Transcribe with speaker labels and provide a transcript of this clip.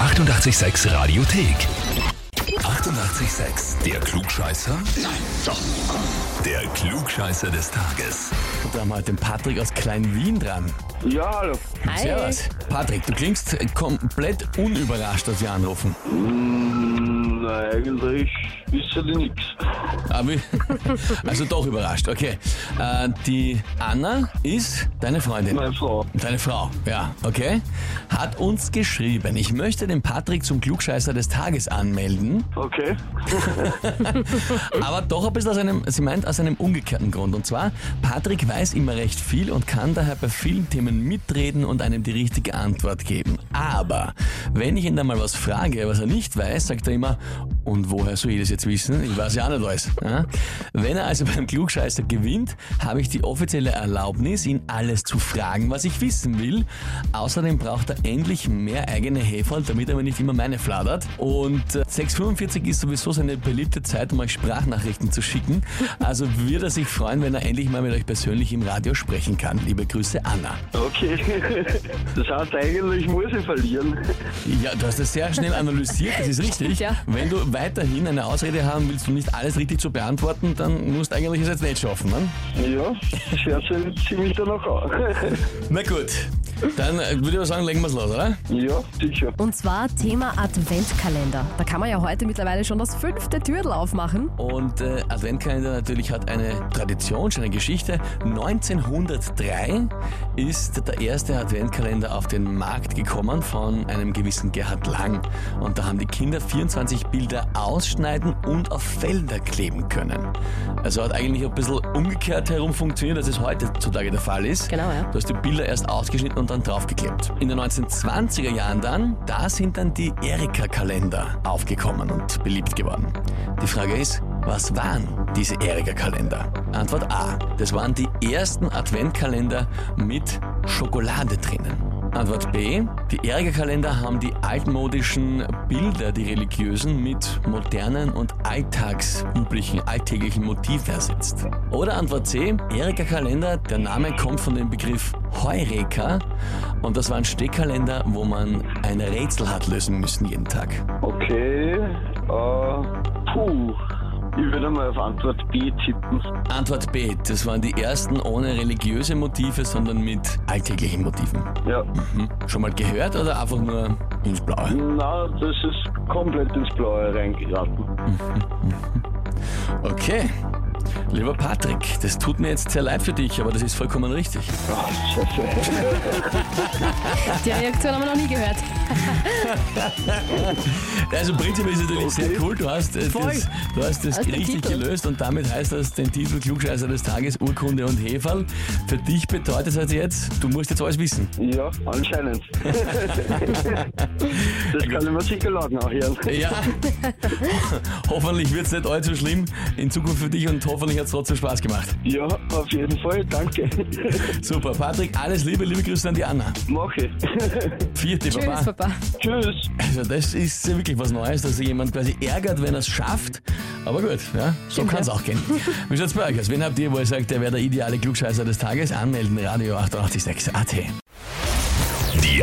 Speaker 1: 886 Radiothek. 88,6. Der Klugscheißer? Nein, doch. Der Klugscheißer des Tages.
Speaker 2: Da haben wir halt den Patrick aus Klein-Wien dran.
Speaker 3: Ja, hallo.
Speaker 4: Hi.
Speaker 2: Servus. Patrick, du klingst komplett unüberrascht, dass wir anrufen.
Speaker 3: Hm, na, eigentlich ist ja nix.
Speaker 2: Aber, Ah, also doch überrascht, okay. Äh, die Anna ist deine Freundin.
Speaker 3: Meine Frau.
Speaker 2: Deine Frau, ja, okay. Hat uns geschrieben, ich möchte den Patrick zum Klugscheißer des Tages anmelden,
Speaker 3: Okay.
Speaker 2: aber doch ein bisschen aus einem, sie meint, aus einem umgekehrten Grund. Und zwar, Patrick weiß immer recht viel und kann daher bei vielen Themen mitreden und einem die richtige Antwort geben. Aber, wenn ich ihn dann mal was frage, was er nicht weiß, sagt er immer, und woher soll ich das jetzt wissen? Ich weiß ja auch nicht alles. Ja? Wenn er also beim Klugscheißer gewinnt, habe ich die offizielle Erlaubnis, ihn alles zu fragen, was ich wissen will. Außerdem braucht er endlich mehr eigene Heferl, damit er mir nicht immer meine fladert. Und äh, 6.45 ist sowieso seine beliebte Zeit, um euch Sprachnachrichten zu schicken. Also würde er sich freuen, wenn er endlich mal mit euch persönlich im Radio sprechen kann. Liebe Grüße, Anna.
Speaker 3: Okay. Das heißt, eigentlich muss ich verlieren.
Speaker 2: Ja, du hast das sehr schnell analysiert, das ist richtig.
Speaker 4: Ja.
Speaker 2: Wenn du weiterhin eine Ausrede haben willst und nicht alles richtig zu beantworten, dann musst du eigentlich es jetzt nicht schaffen. Ne?
Speaker 3: Ja, das hört sich ziemlich danach an.
Speaker 2: Na gut, dann äh, würde ich aber sagen, legen wir's los, oder?
Speaker 3: Ja, sicher.
Speaker 4: Und zwar Thema Adventkalender. Da kann man ja heute mittlerweile schon das fünfte Türl aufmachen.
Speaker 2: Und äh, Adventkalender natürlich hat eine Tradition, schon eine Geschichte. 1903 ist der erste Adventkalender auf den Markt gekommen von einem gewissen Gerhard Lang. Und da haben die Kinder 24 Bilder ausschneiden und auf Felder kleben können. Also hat eigentlich ein bisschen umgekehrt herum funktioniert, als es heutzutage der Fall ist.
Speaker 4: Genau, ja.
Speaker 2: Du hast die Bilder erst ausgeschnitten und dann draufgeklebt. In den 1920er Jahren dann, da sind dann die Erika-Kalender aufgekommen und beliebt geworden. Die Frage ist, was waren diese Erika-Kalender? Antwort A. Das waren die ersten Adventkalender mit Schokolade drinnen. Antwort B. Die Ärgerkalender haben die altmodischen Bilder, die religiösen, mit modernen und alltagsüblichen, alltäglichen Motiven ersetzt. Oder Antwort C. Ärgerkalender, der Name kommt von dem Begriff Heureka und das waren Steckkalender, wo man ein Rätsel hat lösen müssen jeden Tag.
Speaker 3: Okay. Äh, puh. Ich würde mal auf Antwort B tippen.
Speaker 2: Antwort B. Das waren die ersten ohne religiöse Motive, sondern mit alltäglichen Motiven.
Speaker 3: Ja.
Speaker 2: Hm. Schon mal gehört oder einfach nur ins Blaue?
Speaker 3: Na, das ist komplett ins Blaue reingeraten.
Speaker 2: Okay. Lieber Patrick, das tut mir jetzt sehr leid für dich, aber das ist vollkommen richtig.
Speaker 3: Ah, scheiße.
Speaker 4: Die Reaktion haben wir noch nie gehört.
Speaker 2: Also prinzipiell ist es natürlich sehr cool, du hast äh,
Speaker 4: Voll.
Speaker 2: das, du hast das
Speaker 4: Hast den
Speaker 2: richtig
Speaker 4: Titel.
Speaker 2: gelöst und damit heißt das den Titel Klugscheißer des Tages, Urkunde und Heferl. Für dich bedeutet das jetzt, du musst jetzt alles wissen.
Speaker 3: Ja, anscheinend. Das kann ich mir sicher laut nachhören.
Speaker 2: Ja, hoffentlich wird es nicht allzu schlimm in Zukunft für dich und hoffentlich hat es trotzdem Spaß gemacht.
Speaker 3: Ja, auf jeden Fall, danke.
Speaker 2: Super, Patrick, alles Liebe, liebe Grüße an die Anna.
Speaker 3: Mach ich.
Speaker 2: Vierte, Baba.
Speaker 4: Tschüss, Papa.
Speaker 3: Tschüss.
Speaker 2: Also das ist wirklich was Neues, dass sich jemand quasi ärgert, wenn er es schafft. Aber gut, ja, so
Speaker 4: Stimmt,
Speaker 2: kann es
Speaker 4: ja.
Speaker 2: auch gehen. Wie schaut's bei euch aus? Wen habt ihr, wo ihr sagt, der wäre der ideale Klugscheißer des Tages? Anmelden, Radio 886 AT.
Speaker 1: Die